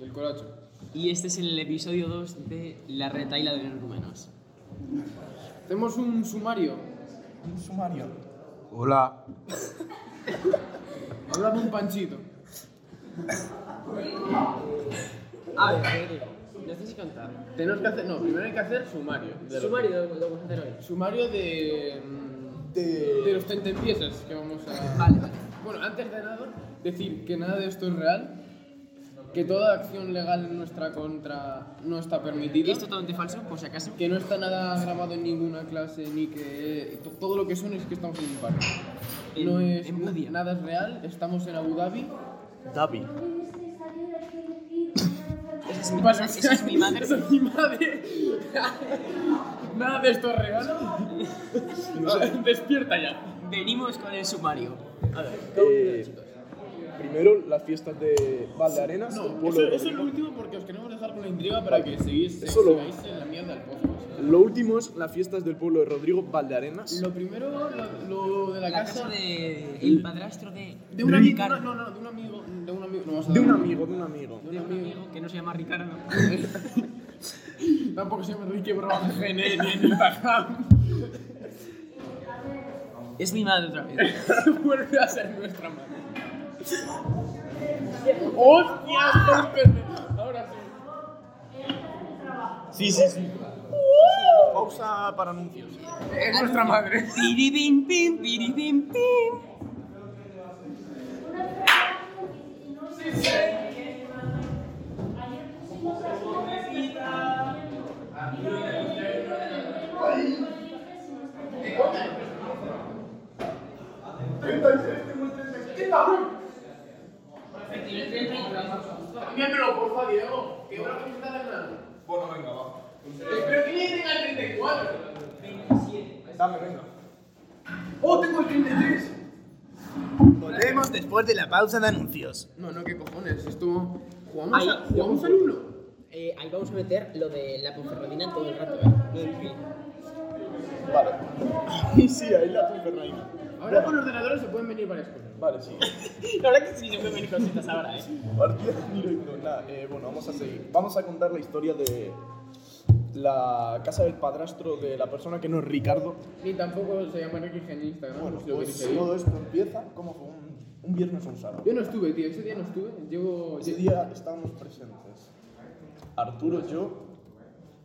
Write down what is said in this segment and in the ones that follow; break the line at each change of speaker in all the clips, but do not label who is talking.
El colacho.
Y este es el episodio 2 de La retaila de los rumanos.
Hacemos un sumario.
Un sumario.
Hola.
Hablamos un panchito.
A ver, Rodrigo, necesito contar.
Tenemos que hacer. No, primero hay que hacer sumario. de lo-
Sumario de lo que vamos a hacer hoy.
Sumario de. mm,
De-
de los 30 piezas que vamos a.
Vale, vale.
Bueno, antes de nada, decir que nada de esto es real, que toda acción legal en nuestra contra no está permitida,
Es totalmente falso, por si acaso.
que no está nada grabado en ninguna clase, ni que to- todo lo que son es que estamos en un parque.
En-
no es
en Budia.
nada es real, estamos en Abu Dhabi.
David.
Esa Pues es mi, esa, esa es mi madre.
Esa es mi madre. nada de esto es real. Despierta ya.
Venimos con el sumario. A ver,
Eh, primero las fiestas de Valdearenas. el
No, eso,
pueblo
eso es
de
lo
Valdearenas.
último porque os queremos dejar con la intriga para que seguís,
Eso lo-
sigáis en la mierda del podcast.
Lo último es las fiestas del pueblo de Rodrigo Valdearenas.
Lo primero, lo, lo de la,
la casa de el padrastro de,
De un amigo,
Ricardo.
no, no, de un amigo, de un amigo, no vamos a
De un
dar-
amigo, de un amigo.
de
De un amigo que no se llama Ricardo.
Tampoco se llama Enrique Borja Gene, ni en Instagram.
Es mi madre otra vez.
Vuelve a ser nuestra madre. ¡Hostias,
Ah.
córtenme! Ahora sí.
Sí, sí, sí. Pausa para anuncios.
Es nuestra madre.
Piribim, pim, piribim, pim.
Cámbiamelo, porfa, Diego. Que ahora me está ganando.
Bueno, venga, va.
Espero que ya tenga el 34.
Dame, venga.
¡Oh, tengo el 33!
Volvemos después de la pausa de anuncios.
No, no, qué cojones. Estuvo. ¿Jugamos,
Ahí,
a, jugamos al 1?
Eh, ahí vamos a meter lo de la Ponferradina todo el rato, ¿eh? Lo del fin.
Vale. Y sí, ahí la Ponferradina.
Ahora con ordenadores se pueden venir varias cosas.
Vale, sí.
La verdad que sí, yo me venir cositas ahora, ¿eh?
Partida en directo. Nada, eh, bueno, vamos a seguir. Vamos a contar la historia de la casa del padrastro de la persona que no es Ricardo.
Ni tampoco se llama Enrique Gene en Instagram.
Bueno,
si lo
pues
queréis seguir.
todo esto empieza como fue un, un viernes a un sábado.
Yo no estuve, tío. Ese día no estuve. Llevo.
Ese día estábamos presentes. Arturo, yo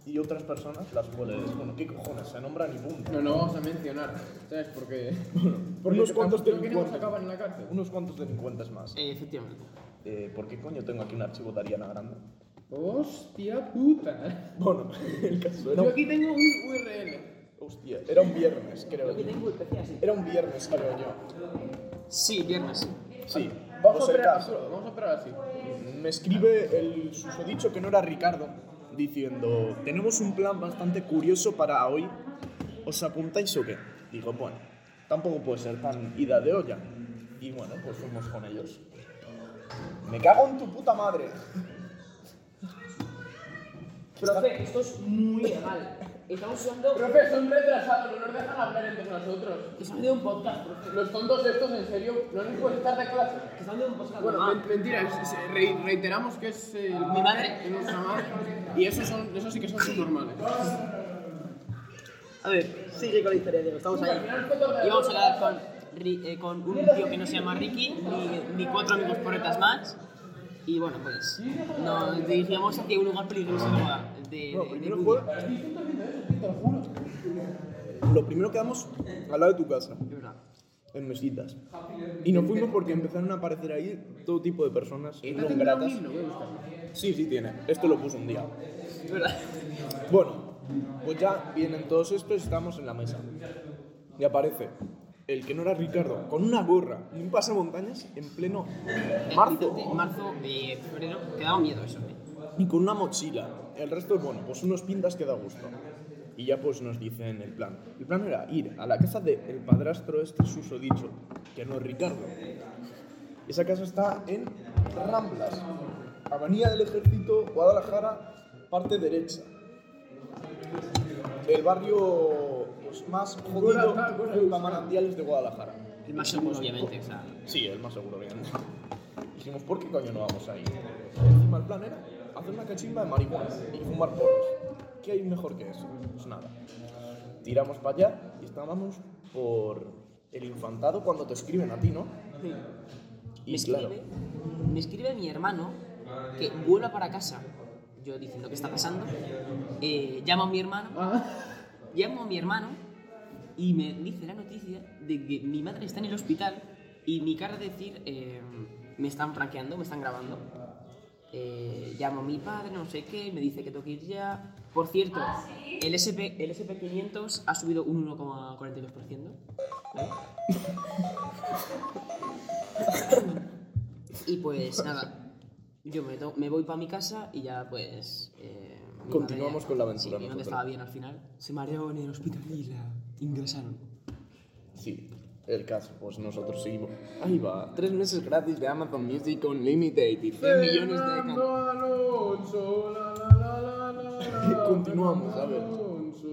y otras personas, las cuales, bueno, qué cojones, se nombran y punto.
No, no vamos a mencionar, ¿sabes? Porque.
Por unos cuantos
creo que no nos
delincuentes.
acaban en la cárcel.
Unos cuantos delincuentes más.
efectivamente.
Eh, ¿Por qué coño tengo aquí un archivo de Ariana Grande?
¡Hostia puta!
Bueno, el caso era
Yo
un,
aquí tengo un URL.
hostia, era un viernes, creo. yo.
tengo especial, sí.
Era un viernes, creo yo.
Sí, viernes.
Sí.
Vamos a
pues el
operar,
caso,
Arturo, vamos a operar así.
Me escribe el susodicho que no era Ricardo, diciendo, tenemos un plan bastante curioso para hoy, ¿os apuntáis o qué? Digo, bueno, tampoco puede ser tan ida de olla. Y bueno, pues fuimos con ellos. Me cago en tu puta madre.
Profe, esto es muy legal. Estamos usando...
Profe, son retrasados, no nos dejan hablar entre nosotros.
Que son de un podcast, profe.
Los tontos estos, en serio, no nos pueden estar de clase.
Que son de un podcast.
Bueno,
normal.
men- mentira, es- es- re- reiteramos que es eh, el
Mi madre.
es nuestra madre. Y esos, son, esos sí que son subnormales.
A ver, sigue con la historia, Diego. Estamos ahí. Y vamos a hablar con, Ri- eh, con un tío que no se llama Ricky, ni, ni cuatro amigos porretas más. Y bueno, pues nos dirigíamos hacia un lugar peligroso de, de,
No,
de
primero
Budia.
fue- Lo primero quedamos al lado de tu casa,
Es verdad.
en mesitas. Y nos fuimos porque empezaron a aparecer ahí todo tipo de personas
¿Está
no
teniendo
gratas.
mil? No me gusta.
Sí, sí tiene. Esto lo puse un día.
Es verdad.
Bueno, pues ya vienen todos estos y estamos en la mesa. Y aparece el que no era Ricardo, con una gorra y un pasamontañas en pleno
Entonces,
marzo
marzo, eh, febrero, que daba miedo eso. eh.
y con una mochila. El resto, bueno, pues unos pintas que da gusto. Y ya pues nos dicen el plan. El plan era ir a la casa del padrastro este susodicho, que no es Ricardo. Esa casa está en Ramblas, Avenida del Ejército, Guadalajara, parte derecha. El barrio pues, más jodido para manantiales de Guadalajara.
El más seguro, obviamente. O sea,
Sí, el más seguro, obviamente. Dijimos, ¿por qué coño no vamos ahí? Encima el plan era hacer una cachimba de marihuana y fumar porros. ¿Qué hay mejor que eso? Pues nada. Tiramos para allá y estábamos por el infantado cuando te escriben a ti, ¿no?
Sí.
Y
me, escribe,
claro.
me escribe mi hermano que vuela para casa. Yo diciendo qué está pasando. Eh, llamo a mi hermano.
Ah,
Llamo a mi hermano y me dice la noticia de que mi madre está en el hospital y mi cara de decir, eh, me están franqueando, me están grabando. Eh, llamo a mi padre, no sé qué, me dice que tengo que ir ya. Por cierto, el, SP, el SP500 ha subido un 1,42%. ¿vale? y pues nada, yo me, to- me voy para mi casa y ya pues... eh, mi
Continuamos
madre ya-
con la aventura
Sí, mi madre
nosotros.
estaba bien al final. Se mareó en el hospital y la ingresaron.
Sí, el caso, pues nosotros seguimos. Ahí va, tres meses gratis de Amazon Music Unlimited y 100 millones de... can-
Fernando Alonso, la, la, la, la, la, la,
Continuamos, a ver.
Fernando Alonso.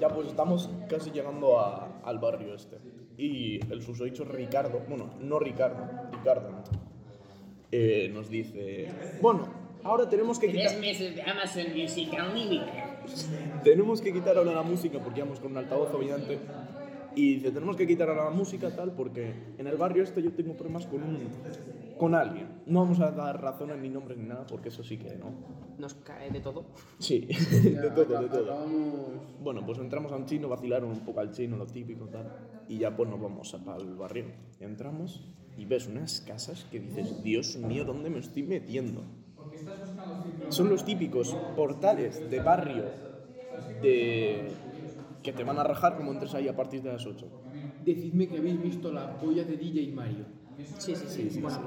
Ya pues estamos casi llegando a- al barrio este. Y el susodicho Ricardo, bueno, no Ricardo, Ricardo, eh, nos dice... Bueno, ahora tenemos que quitar...
meses de Amazon Music Unlimited.
tenemos que quitar ahora la música porque íbamos con un altavoz obviamente y dice tenemos que quitar ahora la música tal porque en el barrio este yo tengo problemas con un con alguien no vamos a dar razones ni nombres ni nada porque eso sí que no
Nos cae de todo.
sí
Ya,
de todo de
acá-
todo
acabamos.
bueno pues entramos a un chino vacilaron un poco al chino lo típico tal y ya pues nos vamos a para el barrio entramos y ves unas casas que dices dios mío dónde me estoy metiendo son los típicos portales de barrio de que te van a rajar como entres ahí a partir de las 8.
Decidme que habéis visto la polla de DJ Mario.
Sí, sí, sí. bueno,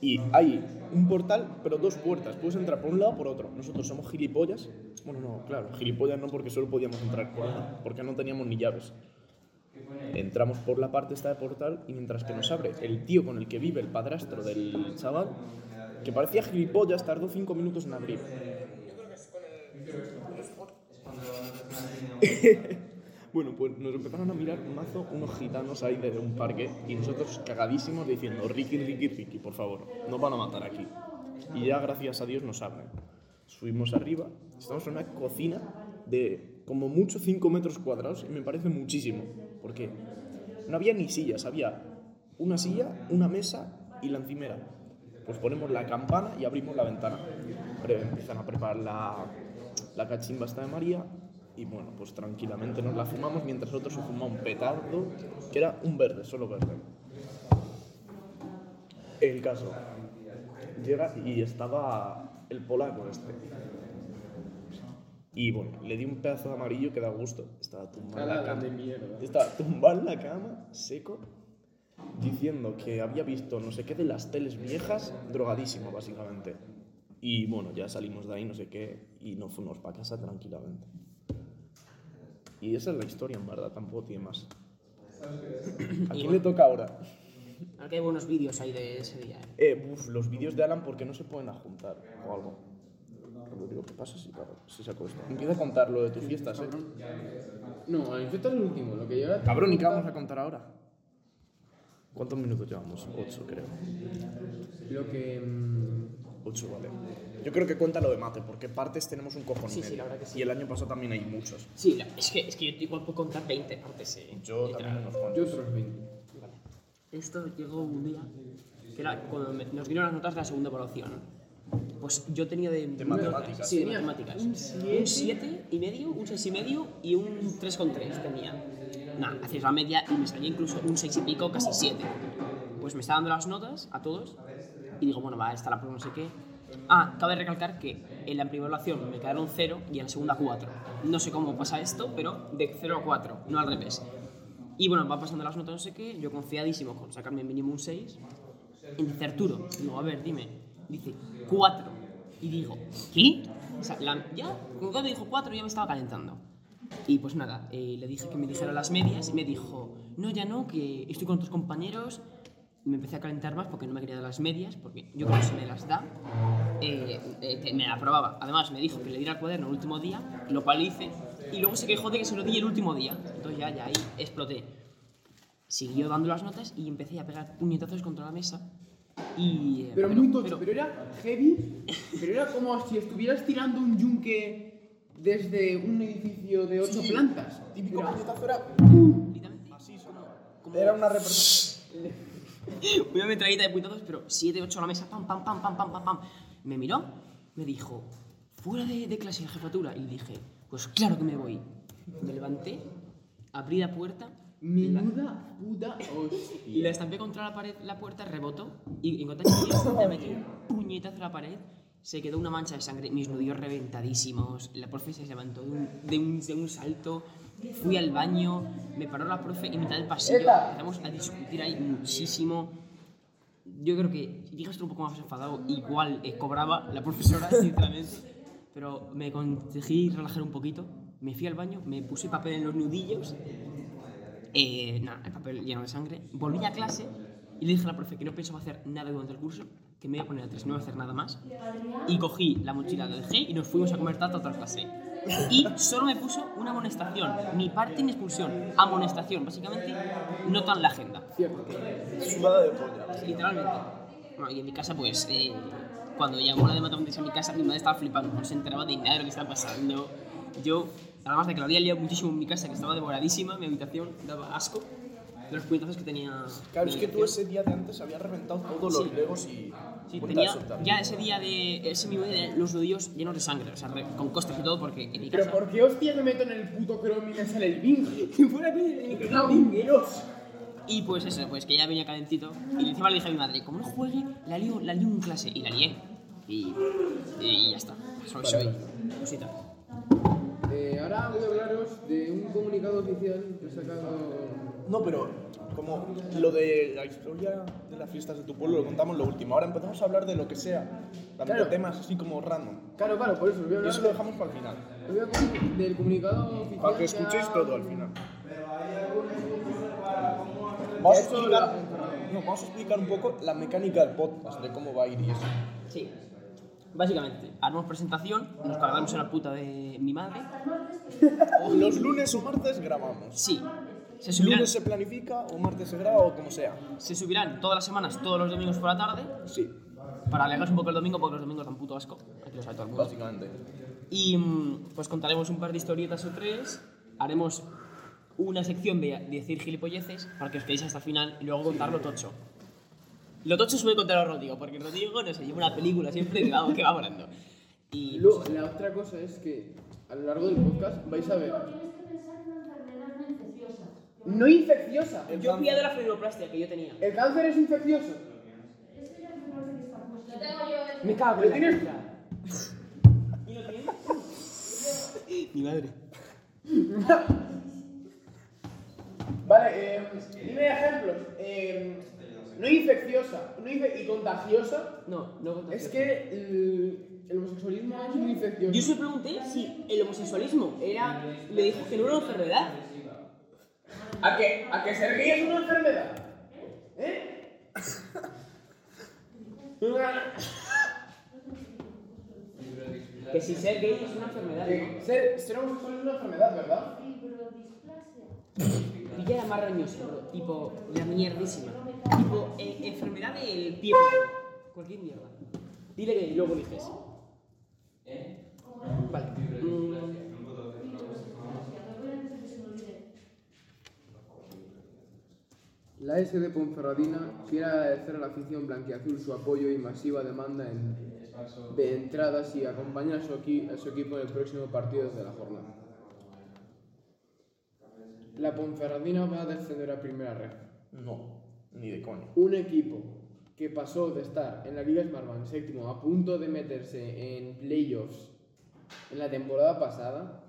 Y hay un portal, pero dos puertas. Puedes entrar por un lado o por otro. Nosotros somos gilipollas. Bueno, no, claro, gilipollas no porque solo podíamos entrar por una, porque no teníamos ni llaves. Entramos por la parte esta de portal y mientras que nos abre el tío con el que vive el padrastro del chaval, que parecía gilipollas, tardó cinco minutos en abrir. Bueno, pues nos empezaron a mirar un mazo unos gitanos ahí desde un parque y nosotros cagadísimos diciendo Ricky, Ricky, Ricky, por favor, nos van a matar aquí. Y ya gracias a Dios nos abren. Subimos arriba, estamos en una cocina de como mucho 5 metros cuadrados y me parece muchísimo, porque no había ni sillas, había una silla, una mesa y la encimera. Pues ponemos la campana y abrimos la ventana. Pre- empiezan a preparar la, la cachimba está de María y bueno, pues tranquilamente nos la fumamos mientras otros se fumaba un petardo que era un verde, solo verde. El caso. Llega y estaba el polaco este. Y bueno, le di un pedazo de amarillo que da gusto. Estaba tumbado en la
Calada
cama.
de mierda.
Estaba tumbado en la cama, seco, diciendo que había visto no sé qué de las teles viejas, drogadísimo, básicamente. Y bueno, ya salimos de ahí, no sé qué, y nos fuimos para casa tranquilamente. Y esa es la historia, en verdad, tampoco tiene más. ¿A quién le toca ahora?
ahora que hay buenos vídeos ahí de ese día. ¿eh?
Eh, uf, los vídeos de Alan porque no se pueden adjuntar o algo. Rodrigo, ¿qué pasa si, si saco esto? Empieza a contar lo de tus fiestas, eh.
No, a infectar es el último, lo que lleva.
Cabrón, ¿y qué vamos a contar ahora? ¿Cuántos minutos llevamos? Ocho, creo.
Lo que. mm,
8, vale. Yo creo que cuenta lo de mate, porque partes tenemos un cojón. y
Sí, sí,
medio.
la verdad que sí.
Y el año pasado también hay muchos.
Sí, la- es, que, es que yo igual puedo contar 20 partes. eh.
Yo
Literal.
también unos
Yo
cuantos.
otros 20.
Vale. Esto llegó un día que era cuando me- nos dieron las notas de la segunda evaluación. Pues yo tenía de.
De matemáticas.
Sí, de
Tenía
matemáticas.
un siete.
Un 7 y medio, un 6 y medio y un 3,3 tenía. Nada, hacías la media y me salía incluso un 6 y pico, casi 7. Pues me estaba dando las notas a todos y digo, bueno, va, esta la prueba no sé qué. Ah, cabe recalcar que en la primera evaluación me quedaron 0 y en la segunda 4. No sé cómo pasa esto, pero de 0 a 4, no al revés. Y bueno, va pasando las notas, no sé qué. Yo confiadísimo con sacarme mínimo un 6. Y me dice Arturo, digo, a ver, dime. Dice, 4. Y digo, ¿qué? O sea, la- ya, con cuando dijo 4 ya me estaba calentando. Y pues nada, eh, le dije que me dijera las medias y me dijo, no, ya no, que estoy con otros compañeros. Me empecé a calentar más porque no me quería dar las medias, porque yo creo que si me las da, eh, eh, te- me la probaba. Además, me dijo que le diera el cuaderno el último día, lo cual hice, y luego se quejó de que se lo di el último día. Entonces ya, ya ahí exploté siguió dando las notas y empecé a pegar puñetazos contra la mesa Y, eh,
Pero, muy tocho, pero, era heavy, pero era como si estuvieras tirando un yunque desde un edificio de ocho plantas.
Típico
Era-
puñetazo era.
literalmente, como-
Era una representación.
una metralleta de puñetazos, pero 7, 8 a la mesa, pam, pam, pam, pam, pam, pam, pam. Me miró, me dijo, fuera de, de clase de jefatura. Y le dije, pues claro que me voy. Me levanté, abrí la puerta
Menuda puta hostia.
y la estampé contra la pared, la puerta, rebotó y en contacto con ella, le metí un puñetazo a la pared. Se quedó una mancha de sangre, mis nudillos reventadísimos, la profe se levantó de un, de un, de un salto, fui al baño, me paró la profe en mitad del pasillo, empezamos a discutir ahí muchísimo. Yo creo que llegaste un poco más enfadado, igual eh, cobraba la profesora, sinceramente, pero me conseguí relajar un poquito, me fui al baño, me puse papel en los nudillos eh, nada, el papel lleno de sangre. Volví a clase y le dije a la profe que no pensaba hacer nada durante el curso, que me iba a poner a tres, no iba a hacer nada más. Y cogí la mochila, la dejé y nos fuimos a comer tarta a otra clase. Y solo me puso una amonestación, ni parte ni expulsión, amonestación, básicamente no tan la agenda,
Sudada de polla.
literalmente. Bueno, y en mi casa, pues, eh, cuando llamó la de matemáticas a mi casa, mi madre estaba flipando, no se enteraba de nada de lo que estaba pasando. Yo, además de que la había liado muchísimo en mi casa, que estaba devoradísima, mi habitación daba asco de los puñetazos que tenía.
Claro,
mi
es que tú
habitación.
ese día de antes habías reventado todos los
Sí.
legos y.
Sí,
Vuelta
tenía
a soltar.
ya ese día de ese mismo día de los nudillos llenos de sangre, o sea, re- con costas y todo, porque en mi
Pero
casa.
¿por qué hostia me meto en el puto Chrome y me sale el Bing?
Que fuera que me- me cagaba un-
Dios.
Y pues eso, pues que ya venía calentito. Y encima le dije a mi madre, como no juegue, la lío, la lío en clase. Y la lié. Y, y ya está. Soy, soy. Cosita.
Eh, ahora voy a hablaros de un comunicado oficial que ha sacado.
No, pero como lo de la historia de las fiestas de tu pueblo lo contamos lo último. Ahora empezamos a hablar de lo que sea. Tanto
Claro.
temas así como random.
Claro, claro, por eso os voy a
Y
hablar
eso lo dejamos para el final.
os voy a hablar del comunicado oficial.
Para que
ha-
escuchéis todo al final.
que
Vamos
ha
a,
hecho
explicar,
la-
no, vamos a explicar un poco la mecánica del podcast, de cómo va a ir y eso.
Sí. Básicamente, haremos presentación, nos cargamos en la puta de mi madre.
Los lunes o martes grabamos.
Sí. Se subirán,
Lunes se planifica o martes se graba o como sea.
se subirán todas las semanas, todos los domingos por la tarde.
Sí,
Para alegraros un poco el domingo, porque los domingos dan puto asco. Aquí lo sabe todo el mundo.
básicamente.
Y mm, pues contaremos un par de historietas o tres. Haremos una sección de de decir gilipolleces para que os quedéis hasta el final y luego contar lo tocho. Lo tocho suele contar a Rodrigo, porque Rodrigo no se lleva una película siempre que va, que va volando.
Y
Y pues,
luego, la otra cosa es que a lo largo del podcast vais a ver. No infecciosa.
yo he pillado la fibroplastia que yo tenía.
El cáncer es infeccioso.
Me cago
Lo tienes.
Mi madre.
Vale, eh, dime ejemplos. Eh, no infecciosa no infe- y contagiosa.
No, no contagiosa.
Es que el, el homosexualismo es muy infeccioso.
Yo se lo pregunté si el homosexualismo era. Le dijo que no era una enfermedad.
¿A que, ¿A que ser gay es una enfermedad? ¿Eh?
Que si ser gay es una enfermedad.
Que eh, ser, ser homosexual es una enfermedad, ¿verdad?
Villa más rañoso, bro. Tipo, la mierdísima. Tipo, eh, enfermedad del pie. Cualquier mierda. Dile que luego eliges. ¿Eh? Vale. Mm,
La S de Ponferradina quiere agradecer a la afición blanquiazul su apoyo y masiva demanda en- de entradas y acompañar a su, equi- a su equipo en el próximo partido de la jornada. La Ponferradina va a descender a primera red.
No, ni de coño.
Un equipo que pasó de estar en la Liga Smartbank séptimo a punto de meterse en playoffs en la temporada pasada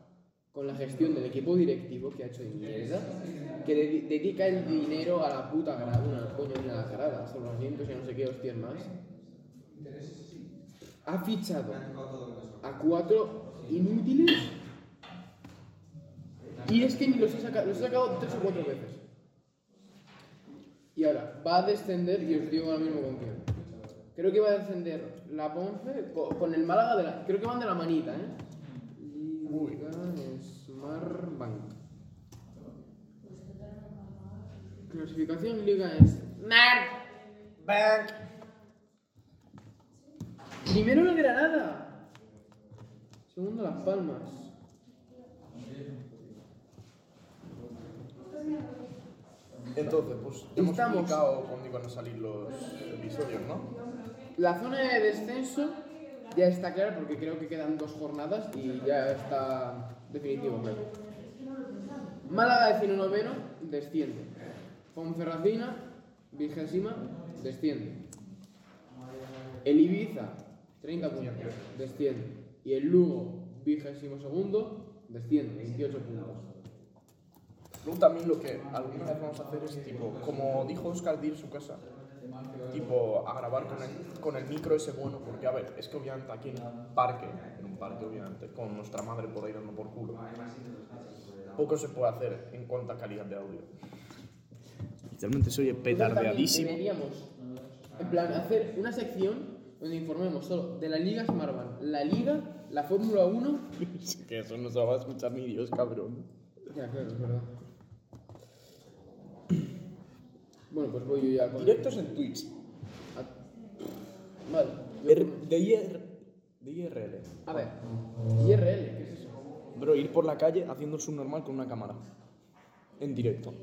con la gestión del equipo directivo que ha hecho de mierda, que dedi- dedica el dinero a la puta grada, una coño ni a la grada, cientos y no sé qué hostias más. Ha fichado a cuatro inútiles y es que ni los ha saca- los ha sacado tres o cuatro veces. Y ahora, va a descender, y os digo ahora mismo con quién. Creo que va a descender la Ponce co- con, el Málaga de la... Creo que van de la manita, ¿eh? Liga Smartbank. Este. Clasificación Liga es... Primero la Granada. Segundo Las Palmas.
Entonces, pues hemos
Estamos.
explicado cuándo iban a salir los episodios, ¿no?
La zona de descenso ya está clara porque creo que quedan dos jornadas y ya está definitivo, creo. Málaga noveno, desciende. Ponferradina, vigésima, desciende. El Ibiza, 30 puntos, desciende. Y el Lugo, vigésimo segundo, desciende, 28 puntos.
Luego también lo que alguna vez vamos a hacer es tipo, como dijo Oscar Dir en su casa, tipo a grabar con el, con el micro ese bueno, porque a ver, es que obviamente aquí en un parque, en un parque obviamente, con nuestra madre por ahí dando por culo, poco se puede hacer en cuanto a calidad de audio. Literalmente se oye
También Deberíamos, en plan, hacer una sección donde informemos solo de la Liga Smartbank, la Liga, la Fórmula 1.
que eso no se va a escuchar ni Dios, cabrón.
Ya, claro, es verdad. Bueno, pues voy yo ya con.
Directos en Twitch. Er,
A- Vale. yo-
de, IR, de IRL.
A ver, IRL, ¿qué es eso?
Bro, ir por la calle haciendo el subnormal con una cámara. En directo.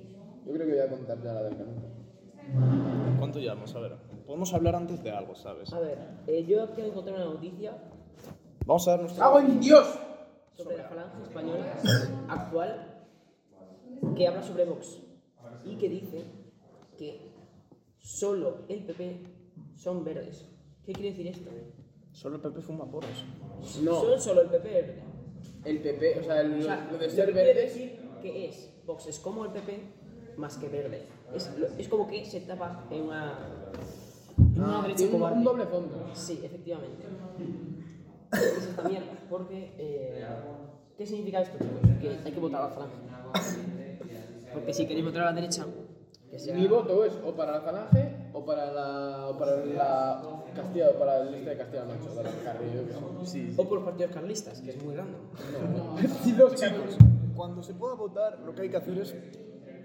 Yo creo que voy a contar ya la del canal.
¿Cuánto llevamos? A ver. Podemos hablar antes de algo, ¿sabes?
A ver, eh, yo aquí encontré una noticia
Vamos a dar nuestra...
¡Hago en Dios!
sobre la falange española actual que habla sobre Vox y que dice que solo el PP son verdes. ¿Qué quiere decir esto?
Solo el PP fuma porros.
No.
Solo, solo el PP es verde.
El PP, o sea, el-
O sea,
lo de ser
quiere
verdes.
decir que es Vox es como el PP más que verde. Es, lo- es como que se tapa en una, en una
Ah,
derecha
tiene un,
cobarde.
un doble fondo.
Sí, efectivamente. Es esta mierda, porque... eh, ¿Qué significa esto, chicos? Que hay que votar a la franja. Porque si queréis votar a la derecha, que sea...
Mi voto es o para la Falange o para la. o para la. Castilla, o para el este de Castilla Mancha, para el Carrillo. que-
Sí.
O por los partidos carlistas, que es muy grande.
No,
Chicos, cuando se pueda votar, lo que hay que hacer es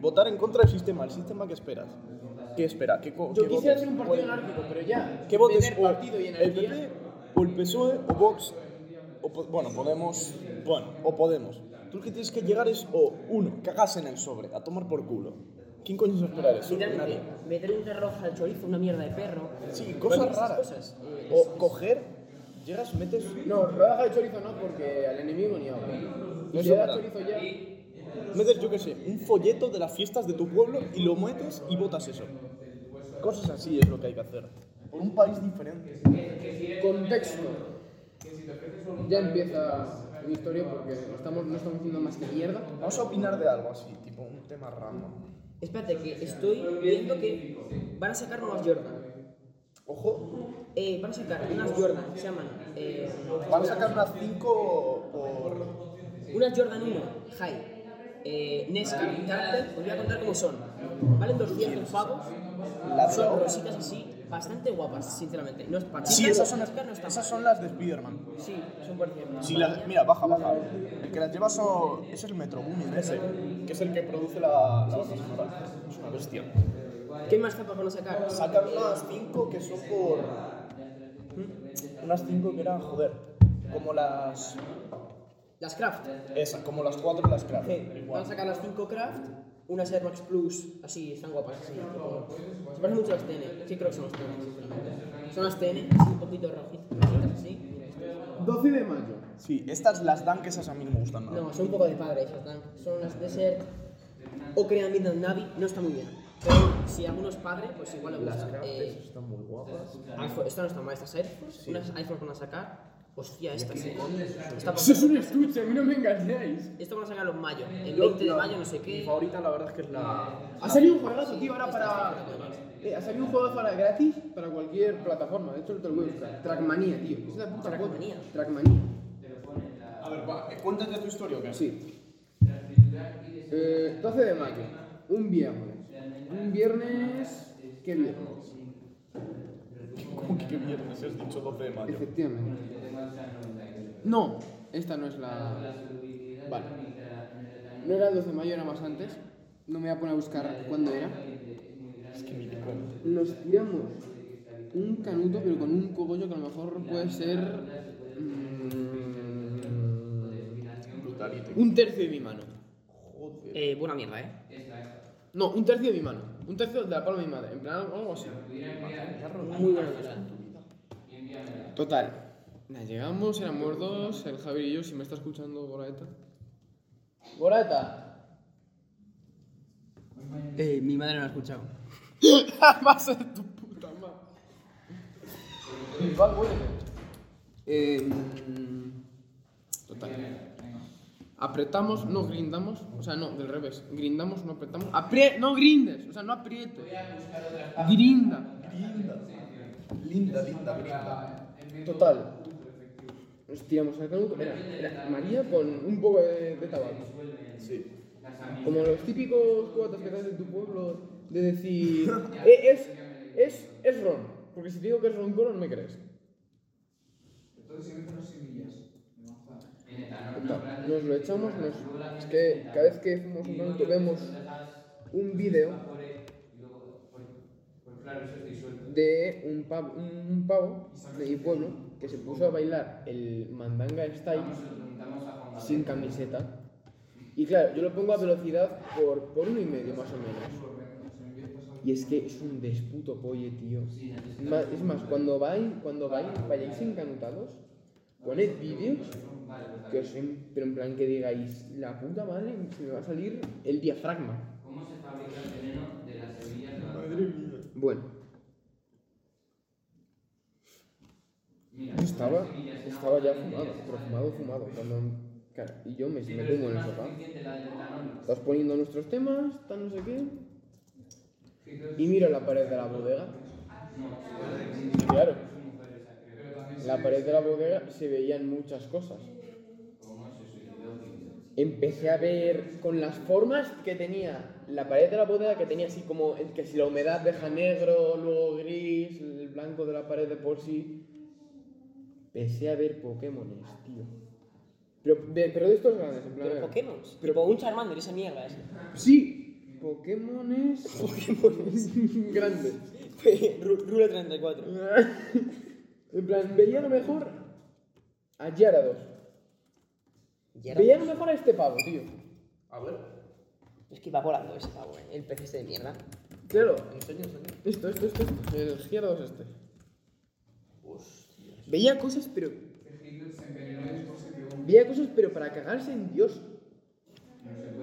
votar en contra del sistema, el sistema que esperas. ¿Qué espera? ¿Qué, co-
Yo
qué
quisiera
votes?
hacer un partido anárquico, pero ya.
¿Qué votes?
tener
O
partido y
el
anarquía.
PP, o el PSOE, E o Vox, o po- bueno, Podemos, bueno, o Podemos. Tú lo que tienes que llegar es, o uno, cagas en el sobre, a tomar por culo. ¿Quién coño se espera eso?
Literalmente,
Nadie.
meter un reloj al chorizo, una mierda de perro...
Sí,
esas
cosas raras.
cosas, eh,
o
es- es-
coger, llegas, metes...
No, rodaja de chorizo no, porque al enemigo ni agua. Y
es
si le das
verdad.
chorizo ya.
Metes, yo qué sé, un folleto de las fiestas de tu pueblo y lo metes y votas eso. Cosas así es lo que hay que hacer. Por un país diferente.
Contexto. Ya empieza mi historia porque no estamos, no estamos haciendo más que mierda.
Vamos a opinar de algo así, tipo un tema random.
Espérate, que estoy viendo que van a sacar nuevas Jordan.
Ojo,
Eh, van a sacar unas Jordan, se llaman... eh,
van a sacar unas 5 por...
Unas Jordan 1, High, eh, Nesca, Carter, os voy a contar cómo son. Valen 200 pavos, son rositas así, bastante guapas, sinceramente. No es para
Sí, esas son las,
Nesca, no están
esas
mal.
son las de Spider-Man.
Sí, son por cierto.
Si las- mira, baja, baja. El que las lleva son, es el Metro Boomin ese, que es el que produce la, la banda sonora. Es una bestia.
¿Qué más zapas van a sacar?
Sacan unas 5 que son por. ¿hmm? Unas 5 que eran, joder. Como las.
Las Craft.
Esa, como las 4 las craft.
Eh, van a
Igual.
sacar las 5 Craft, unas Air Max Plus, así, están guapas. Así, tipo- se parecen mucho a las TN, sí creo que son las TN, sinceramente. Son las TN, así, un poquito rojitas, así.
12 de mayo.
Sí, estas las dan que esas a mí no me gustan nada.
No, son un poco de padre esas tank. Son las Desert o Crean Midnight Navi, no está muy bien. Pero si alguno es padre, pues igual le gusta. Eh,
están muy guapas.
iPhone, esta no está mal, estas Air Force, unas iPhone van a sacar. Hostia, estas. Esta
Eso es un estuche, a mí no me engañéis.
Esto van a sacar en mayo, el 20 de mayo, no sé qué.
favorita, la verdad es que es la.
Ha salido un juegazo, tío, ahora
Estas
para.
están muy bien.
Eh, ha salido un juego para gratis para cualquier plataforma. De hecho, te lo voy a buscar. Trackmania, tío. Es la puta
Trackmania.
cosa. Trackmania.
A ver, va, eh, cuéntate tu historia, ¿o qué?
Sí. Eh, 12 de mayo. Un viernes. Un viernes. ¿Qué viernes?
¿Cómo que qué viernes? Has dicho 12 de mayo.
Efectivamente. No, esta no es Ah, la. Vale. No era el 12 de mayo, era más antes. No me voy a poner a buscar cuándo era.
Es que ni te cuento.
Nos tiramos un canuto, pero con un cogollo que a lo mejor puede ser. mm,
Brutalito.
un tercio de mi mano.
Joder.
Eh, buena mierda, ¿eh?
No, un tercio de mi mano. Un tercio de la palma de mi madre. En plan, algo así. Muy buena cosa. Total. Nada, llegamos, éramos dos, el Javier y yo, si me está escuchando Goraeta. Goraeta.
Eh, mi madre no la ha escuchado.
Va a ser tu puta madre. Va, Eh, mm, total. Apretamos, no grindamos, o sea, no, del revés. Grindamos, no apretamos. Aprie no grindes, o sea, no aprietes. Grinda.
Linda, linda, linda.
Total. Nos tiramos al canuto. Era, era María con un poco de, de tabaco.
Sí.
Como los típicos cuatas que das de tu pueblo, de decir. "Eh, es, es, es ron. Porque si te digo que es ron cola, no me crees. Total, Nos lo echamos, nos- es que cada vez que fumamos un canuto vemos un vídeo de un pavo, un pavo de mi pueblo que se puso a bailar el mandanga style sin camiseta. Y claro, yo lo pongo a velocidad por, por uno y medio más o menos. Y es que es un desputo polle, tío. Ma- es más, cuando vais, cuando vais, vayáis encanutados, poned vídeos que os en- pero en plan que digáis, la puta madre, se me va a salir el diafragma. Bueno. Yo estaba, estaba ya fumado, pero fumado, fumado. Cuando, claro, y yo me, me pongo en el sofá. Estás poniendo nuestros temas, tal no sé qué. Y miro la pared de la bodega. Y Claro. La pared de la bodega se veían muchas cosas. Empecé a ver con las formas que tenía la pared de la bodega, que tenía así como el que si la humedad deja negro, luego gris, el blanco de la pared de por sí. Empecé a ver Pokémones, tío. Pero de, pero de estos grandes, en plan.
Pero
de-
Pokémon.
Pero-
Pero tipo un Charmander, esa mierda. esa.
Sí, Pokémones. Pokémones. Grandes.
Ru- Rule 34.
en plan, veía lo mejor a Gyarados.
Gerard.
Veía lo mejor a este pavo, tío.
A ver.
Es que va volando ese pavo, eh. El pez ese de mierda.
Claro,
Enseña, enseña.
esto, esto, esto, esto. El Gyarados este. Veía cosas, pero. Veía cosas, pero para cagarse en Dios.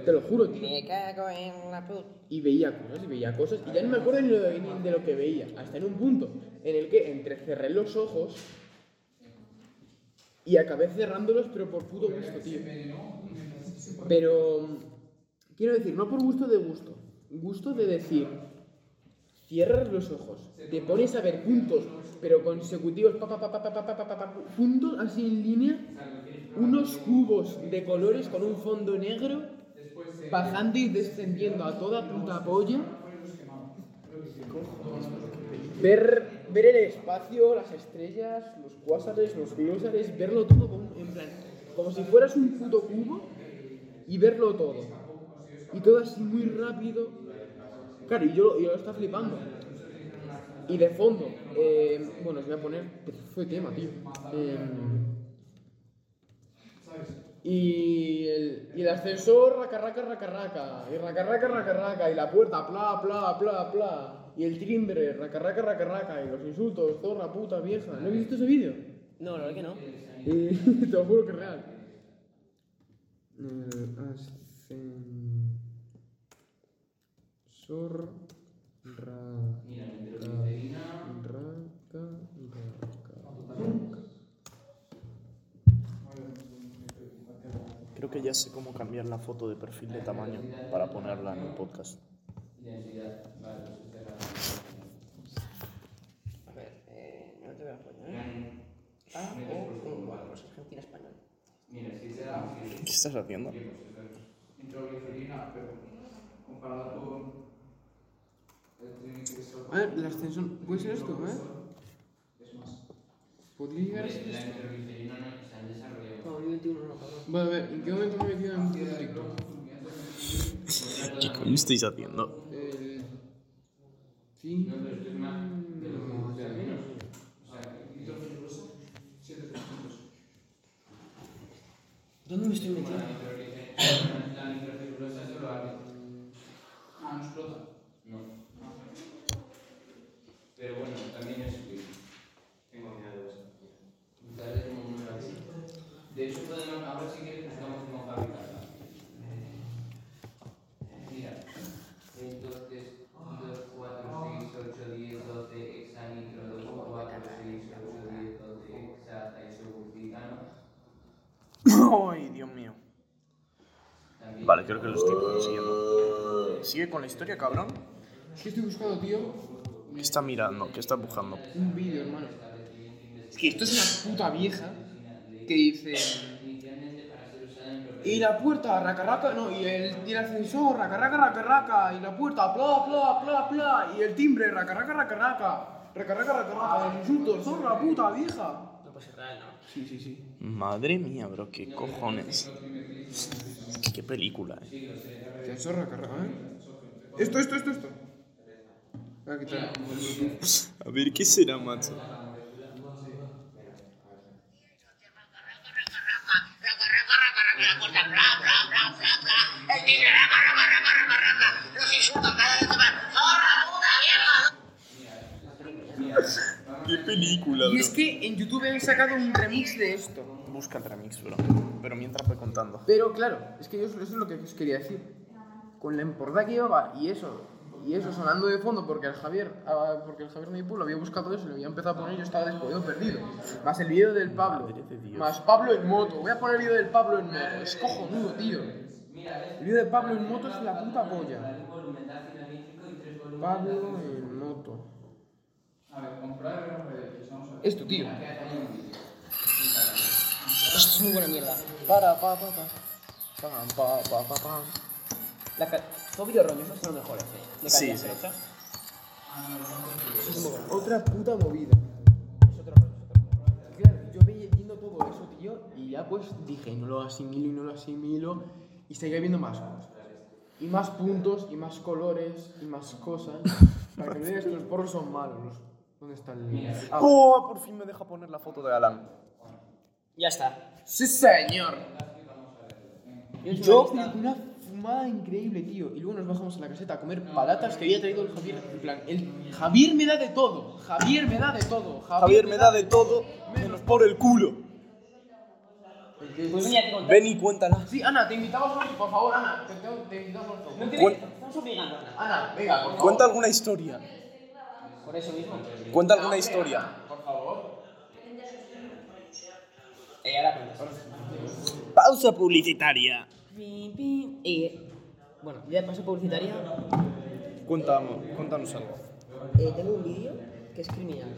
Te lo juro, tío.
Me cago en la puta.
y veía cosas y veía cosas y ya no me acuerdo ni lo de, ni de lo que veía hasta en un punto en el que entrecerré los ojos y acabé cerrándolos pero por puto gusto tío pero quiero decir no por gusto de gusto gusto de decir cierras los ojos te pones a ver puntos pero consecutivos pa, pa, pa, pa, pa, pa, pa, pa, pa, pa, puntos así en línea unos cubos de colores con un fondo negro bajando y descendiendo a toda puta polla. Ver, ver el espacio, las estrellas, los cuásares, los glósares, verlo todo como, en plan, como si fueras un puto cubo y verlo todo. Y todo así muy rápido. Claro, y yo, lo- yo lo estaba flipando. Y de fondo, eh, bueno, os voy a poner, fue tema, tío. Em, y el, y el ascensor, raca, raca, raca, raca. Y raca, raca, raca, raca. Y la puerta, pla, pla, pla, pla. Y el timbre, raca, raca, raca, raca. Y los insultos, zorra, puta, vieja. ¿No habéis visto ese vídeo?
No, la verdad que no.
Eh, te lo juro que es real. Ascensor, raca, raca, raca.
Creo que ya sé cómo cambiar la foto de perfil de tamaño para ponerla en el podcast.
A ver, eh, no te voy a poner. Ah, o un cuadro, Argentina español.
¿Qué estás haciendo?
A ver, el ascensor. ¿Puede ser esto? A ver. Podría llegar a ser esto.
No, yo 21 no, cabrón.
Vale, a ver, ¿en qué momento me he metido en un conflicto?
¿Qué coño estáis haciendo?
El. Sí.
Ah, no explota. No. Pero bueno, también es útil. Tengo miedo de eso. Darle como una así. De hecho, podemos, ahora si quieres buscamos cómo fabricarla. Mira. Entonces, 2, 4, 6, 8, 10, 12, hexanitro, 2, 4, 6, 8, 10, 12, hexata, isobutitano.
Ay, Dios mío.
También.
Vale, creo que lo estoy consiguiendo. Sigue con la historia, cabrón.
Es que estoy buscando, tío,
¿Qué está mirando? ¿Qué está buscando?
un vídeo, hermano. Es que esto es una puta vieja que dice. Y la puerta, raca, raca, no, y el, y el ascensor, raca, raca, raca, raca, y la puerta, pla, pla, pla, pla, y el timbre, raca, raca, raca, raca, raca, raca, raca, raca, los insultos, zorra, puta, vieja.
No pasa nada, ¿no?
Sí, sí, sí.
Madre mía, bro, qué cojones. Qué película, eh.
Ascensor, raca, raca, ¿eh? Esto, esto, esto, esto. Ah, ¿qué tal?
A ver, ¿qué será, macho? ¿Qué película,
Y es que en YouTube han sacado un remix de esto.
Busca el remix, bro. Pero mientras voy contando.
Pero claro, es que yo eso es lo que os quería decir. Con la importada que llevaba y eso, y eso sonando de fondo porque el Javier, ah, porque el Javier Nipul había buscado eso, lo había empezado a poner y yo estaba despodido perdido. Más el vídeo del Pablo, más Pablo en moto. Voy a poner el vídeo del Pablo en moto, es cojonudo, tío. El vídeo de Pablo en moto es la puta polla. Pablo en moto.
A ver, comprar el reloj, que somos
Esto, tío.
Esto es Ah, muy buena mierda.
Para, pa, pa, pa. Pam, pa, pa, pa, pam.
La ca... Todo video roñoso es lo mejor, ¿eh? De
Sí,
calidad,
sí.
¿eh?
Otra puta movida.
Es otro rollo, es otro rollo.
Claro, yo veía viendo todo eso, tío, y ya pues dije, no lo asimilo y no lo asimilo, y seguía viendo más cosas. Y más puntos, y más colores, y más cosas. Para que me digas que los porros son malos. ¿Dónde está el.? Ah,
¡Oh! Por fin me deja poner la foto de Alan.
Ya está.
¡Sí, señor!
Yo, he hecho
Yo,
una
pero
lista-
una fumada increíble, tío. Y luego nos bajamos a la caseta a comer palatas que había traído el Javier. En plan, el Javier me da de todo. Javier me da de todo.
Javier me da de todo, menos por el culo.
Pues venía aquí con-
Ven y cuéntala.
Sí, Ana, te invitamos a por favor, Ana. Te, te- te invitamos a
No te
Cuen-
estamos obligando a nada.
Ana, venga, por favor.
Cuenta alguna historia.
Por eso mismo.
Cuenta alguna historia.
Por favor.
Eh, ahora cuentas.
Pausa publicitaria.
Pim, pim. Eh, bueno, ya de paso publicitaria.
Cuéntame, cuéntanos algo.
Eh, tengo un vídeo que es criminal.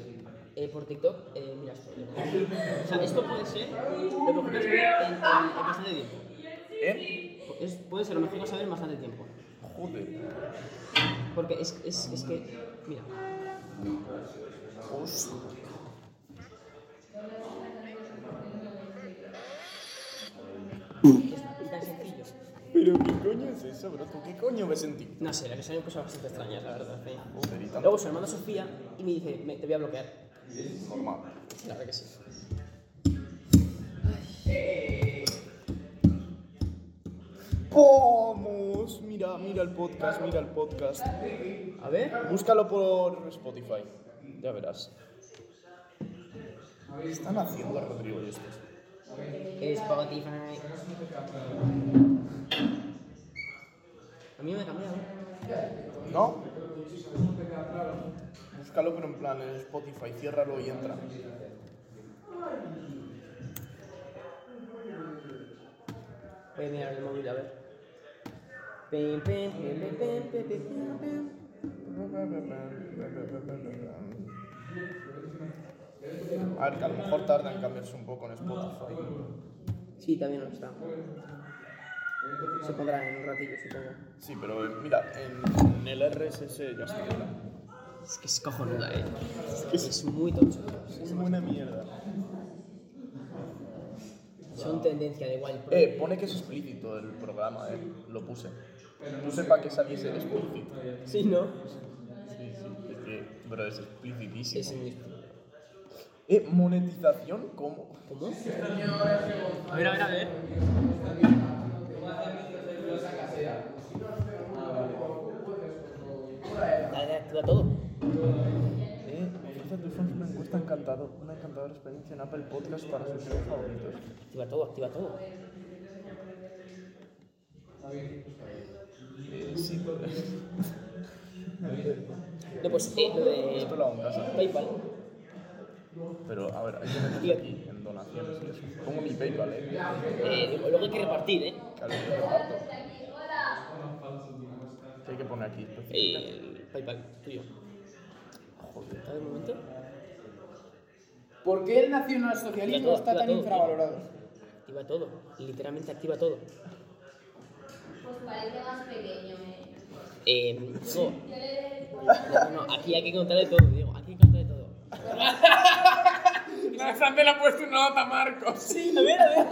Eh, por TikTok, eh, mira esto. O sea, esto puede ser lo mejor que saber en, en, en bastante tiempo.
¿Eh?
Es- puede ser lo mejor que saber en bastante tiempo.
Joder.
Porque es, es, es que, mira, es tan sencillo.
Pero ¿qué coño es eso, bro? ¿Tú qué coño ves en ti?
No sé, la que son cosas bastante extrañas, la verdad. eh.
Joder, y tanto.
Luego su hermana Sofía y me dice, "Me- te voy a bloquear.
Normal.
La verdad que sí.
Vamos, mira, mira el podcast, mira el podcast.
A ver,
Búscalo por Spotify. Ya verás. ¿Qué están haciendo Rodrigo y estos?
Spotify. A mí me ha cambiado.
¿No? Búscalo, pero en plan en Spotify, ciérralo y entra.
Voy a mirar el móvil a ver. Pim, pim, pim, pim, pim, pim, pim, pim, pim.
A ver, que a lo mejor tarda en cambiarse un poco en Spotify.
Sí, también no está. Se pondrán en un ratillo, supongo.
Sí, pero eh, mira, en, en el RSS ya está.
Es que es cojonuda, eh. Es muy tocho.
Es buena mierda.
Son tendencia de igual.
Eh, pone que es explícito el programa, eh. Lo puse. Puse para que saliese explícito.
Sí, ¿no?
Sí, sí. Es que, bro, es explicitísimo.
Es muy...
Eh, monetización, ¿cómo?
¿Cómo? A ver, a ver, a ver. activa todo.
Eh, ofrece a tus fans una encuesta encantado, una encantadora experiencia en Apple Podcast para sus seres favoritos.
Activa todo, activa todo.
Eh, sí,
No, pues sí, lo de
Esto lo hago en casa.
PayPal.
Pero, a ver, hay que meterse aquí en donaciones y eso. Pongo mi PayPal, eh.
Eh, luego hay que repartir, ¿eh?
Claro, yo reparto. ¿Qué hay que poner aquí?
Eh, PayPal, tuyo.
Joder.
A ver, un momento.
¿Por qué el nacionalsocialismo
Activa todo,
está tan
activa todo,
infravalorado?
Activa todo, literalmente activa todo.
Pues parece más pequeño, ¿eh?
Eh, no. No, no, no, aquí hay que contar de todo, Diego, aquí hay que contar de todo.
Sandel ha puesto una nota, Marcos.
Sí, a ver, a ver.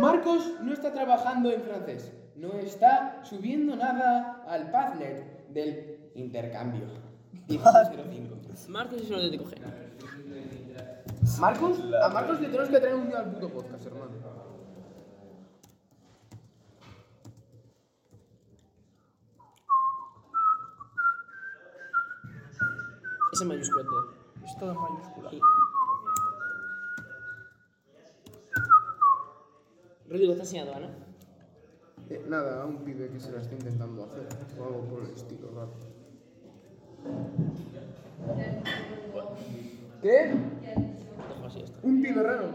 Marcos no está trabajando en francés. No está subiendo nada al Padnet del intercambio. 1605.
Marcos eso lo te coger.
Marcos, a Marcos le tenemos que traer un día al puto podcast, hermano.
Ese mayúscula todo.
Es todo en mayúscula.
Sí. Rodrigo, ¿te has enseñado, Ana?
Eh, nada, a un pibe que se la está intentando hacer. O algo por el estilo, raro. ¿Qué?
Dejo así esto.
¿Un pibe raro?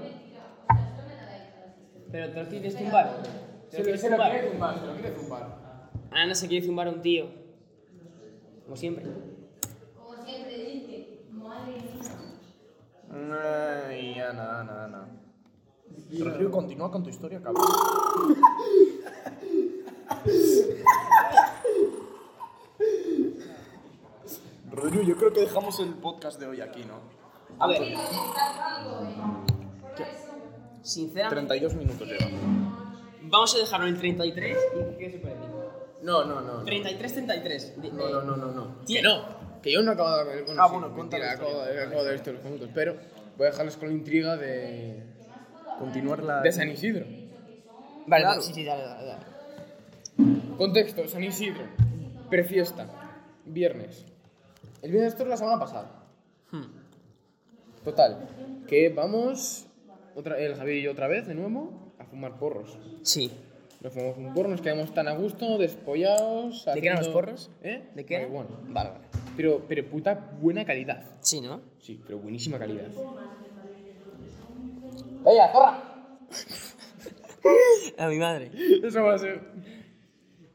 Pero te lo quieres zumbar. ¿Te
Se
lo
lo,
quieres
se lo
zumbar?
quiere zumbar, se lo quiere zumbar.
Ana se quiere zumbar a un tío. Como siempre.
Como siempre dice, madre mía.
Ay, Ana, Ana, Ana. Rodrigo, continúa con tu historia, cabrón. Rodrigo, yo creo que dejamos el podcast de hoy aquí, ¿no?
A ver,
Por eso,
sinceramente,
32 minutos llevamos.
vamos a dejarlo en 33 y qué se puede decir.
No, no, no.
33, 33. Di-
No,
eh,
no, no, no. no.
tío,
Que yo no acabo de acabar
Ah, bueno, cuenta la Ah,
acabo, de, acabo de ver todos los puntos, pero voy a dejarles con la intriga de,
Continuar la.
de San Isidro.
Vale, vale, sí, sí, dale, dale, dale.
Contexto, San Isidro, prefiesta, viernes. El viernes esto es la semana pasada. Total, que vamos, otra, el Javier y yo otra vez, de nuevo, a fumar porros.
Sí.
Nos fumamos un porro, nos quedamos tan a gusto, despollados.
¿De qué eran los
haciendo-
porros?
¿Eh?
¿De qué eran?
Marihuana. Vale, vale. Pero, pero puta buena calidad.
Sí, ¿no?
Sí, pero buenísima calidad. ¡Vaya, zorra!
A mi madre.
Eso va a ser.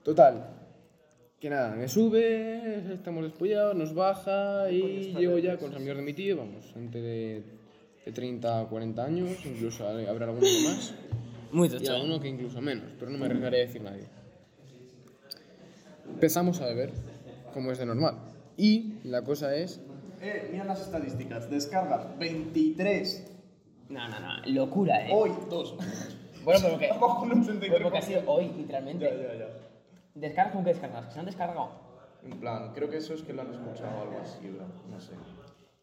Total. Que nada, me sube, estamos despojados, nos baja y llego ya con los amigos de mi tío, vamos, gente de, de 30 a 40 años, incluso ha- habrá alguno que más
Muy
y
tocho.
alguno que incluso menos, pero no me arriesgaré a decir nadie. Empezamos a beber, como es de normal. Y la cosa es
Eh, mira las estadísticas. Descargas 23.
No, no, no. Locura, eh.
Hoy 2.
Bueno, pero que.
Vamos con un 63.
Pero porque ha sido hoy,
Ya,
literalmente.
ya, ya.
Descargas con que descargas, que se han descargado.
En plan, creo que eso es que lo han escuchado o algo así, bro. No sé.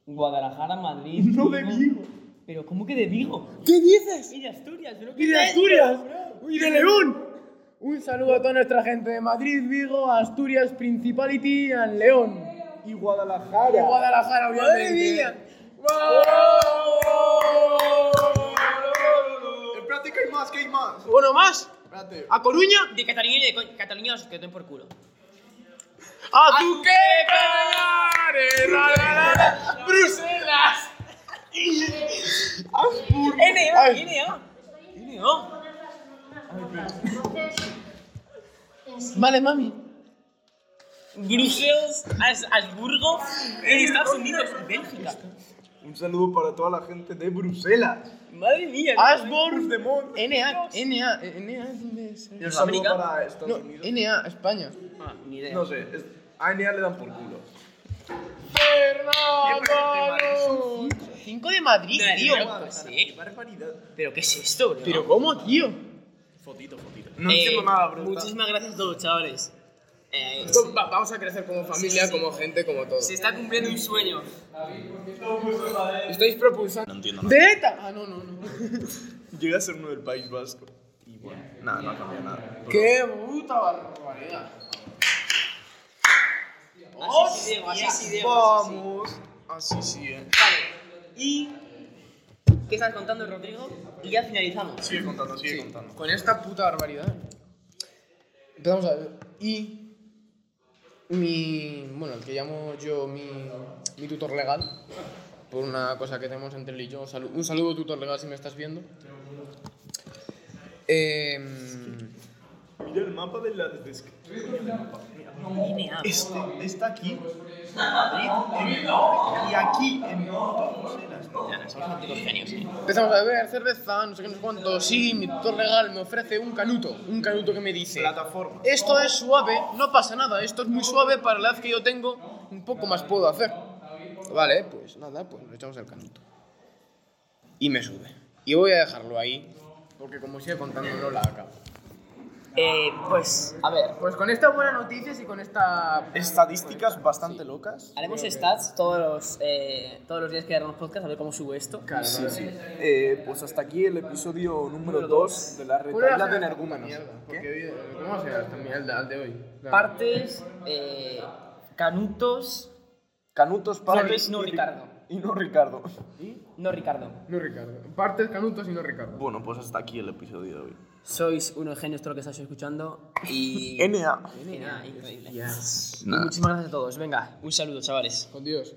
Guadalajara, Madrid. No de Vigo. Pero, ¿cómo que de Vigo?
¿Qué dices?
Y de Asturias, ¿no?
¡Y de Asturias! ¡Y de León! Un saludo a toda nuestra gente de Madrid, Vigo, Asturias, Principality, and León.
Y Guadalajara.
Y Guadalajara, obviamente.
Espérate que hay más, que hay más.
¿Uno más?
Espérate.
¿A Coruña? De Cataluña y de Co- Cataluña os quedó por culo.
¡A tu que Canarias!
¡Bruselas! ¡Habsburgo! ¡NA! ¡NA! ¡NA!
entonces, en sí,
Vale, mami. Bruselas, As- Habsburgo, en Estados Unidos, Bélgica.
Un saludo para toda la gente de Bruselas.
Madre mía.
Asborn.
de Mon.
NA, NA, eh, NA, ¿dónde es?
Un
Los
saludo
americanos.
para Estados
No,
Unidos.
NA, España.
Ah, ni idea.
No sé. es- A NA le dan por culo.
5 de Madrid,
No,
tío.
no, pues sí.
Barbaridad.
¿Pero qué es esto, bro?
Pero ¿cómo, tío?
Fotito, fotito. No
Eh,
entiendo nada, bro.
Muchísimas gracias a todos, chavales. Eh,
Va- vamos a crecer como familia,
Sí, sí, sí.
como gente, como todo.
se está cumpliendo un sueño.
Estáis propulsando.
No entiendo
¡De ETA! Ah, no, no, no.
Llega a ser uno del País Vasco. Y bueno, nada, no ha cambiado nada.
¡Qué puta barbaridad!
Así sí,
Oh,
Diego, así sí, Diego. así sí.
Así sí, eh.
Vale. ¿Y qué estás contando, Rodrigo? Y ya finalizamos.
Sigue contando, sigue contando.
Con esta puta barbaridad. Empezamos a ver. Y mi. Bueno, el que llamo yo mi, mi tutor legal. Por una cosa que tenemos entre él y yo. Un salu- un saludo, tutor legal, si me estás viendo. Em,
Mira el mapa de la
Línea.
Este está aquí. Madrid, en norte, Y aquí en norte, Bruselas, ¿no?
Ya, somos auténticos genios, eh.
empezamos a beber cerveza, no sé qué, no sé cuánto. Sí, mi tutor legal me ofrece un canuto. Un canuto que me dice.
plataforma.
Esto es suave, no pasa nada, esto es muy suave para la edad que yo tengo, un poco más puedo hacer. Vale, pues nada, pues le echamos el canuto. Y me sube. Y voy a dejarlo ahí, porque como sigue contando no la acabo.
Eh, pues, a ver.
Pues con estas buenas noticias y con esta...
Estadísticas bastante locas.
Haremos stats todos los, eh, todos los días que hagamos podcast, a ver cómo sube esto.
Sí, sí. Eh, pues hasta aquí el episodio número 2 de la retaila de energúmenos. ¿Qué?
Porque, ¿Cómo se esta mierda al de hoy?
Partes, eh, canutos,
Canutos, Partes
Ferris, no
y Ri-
Ricardo.
Y no Ricardo.
no Ricardo.
No Ricardo. Partes, canutos y no Ricardo.
Bueno, pues hasta aquí el episodio de hoy.
Sois unos genios todos los que estáis escuchando y...
NA.
Genial, increíble.
Yes.
Y muchísimas gracias a todos. Venga, un saludo, chavales.
Con Dios.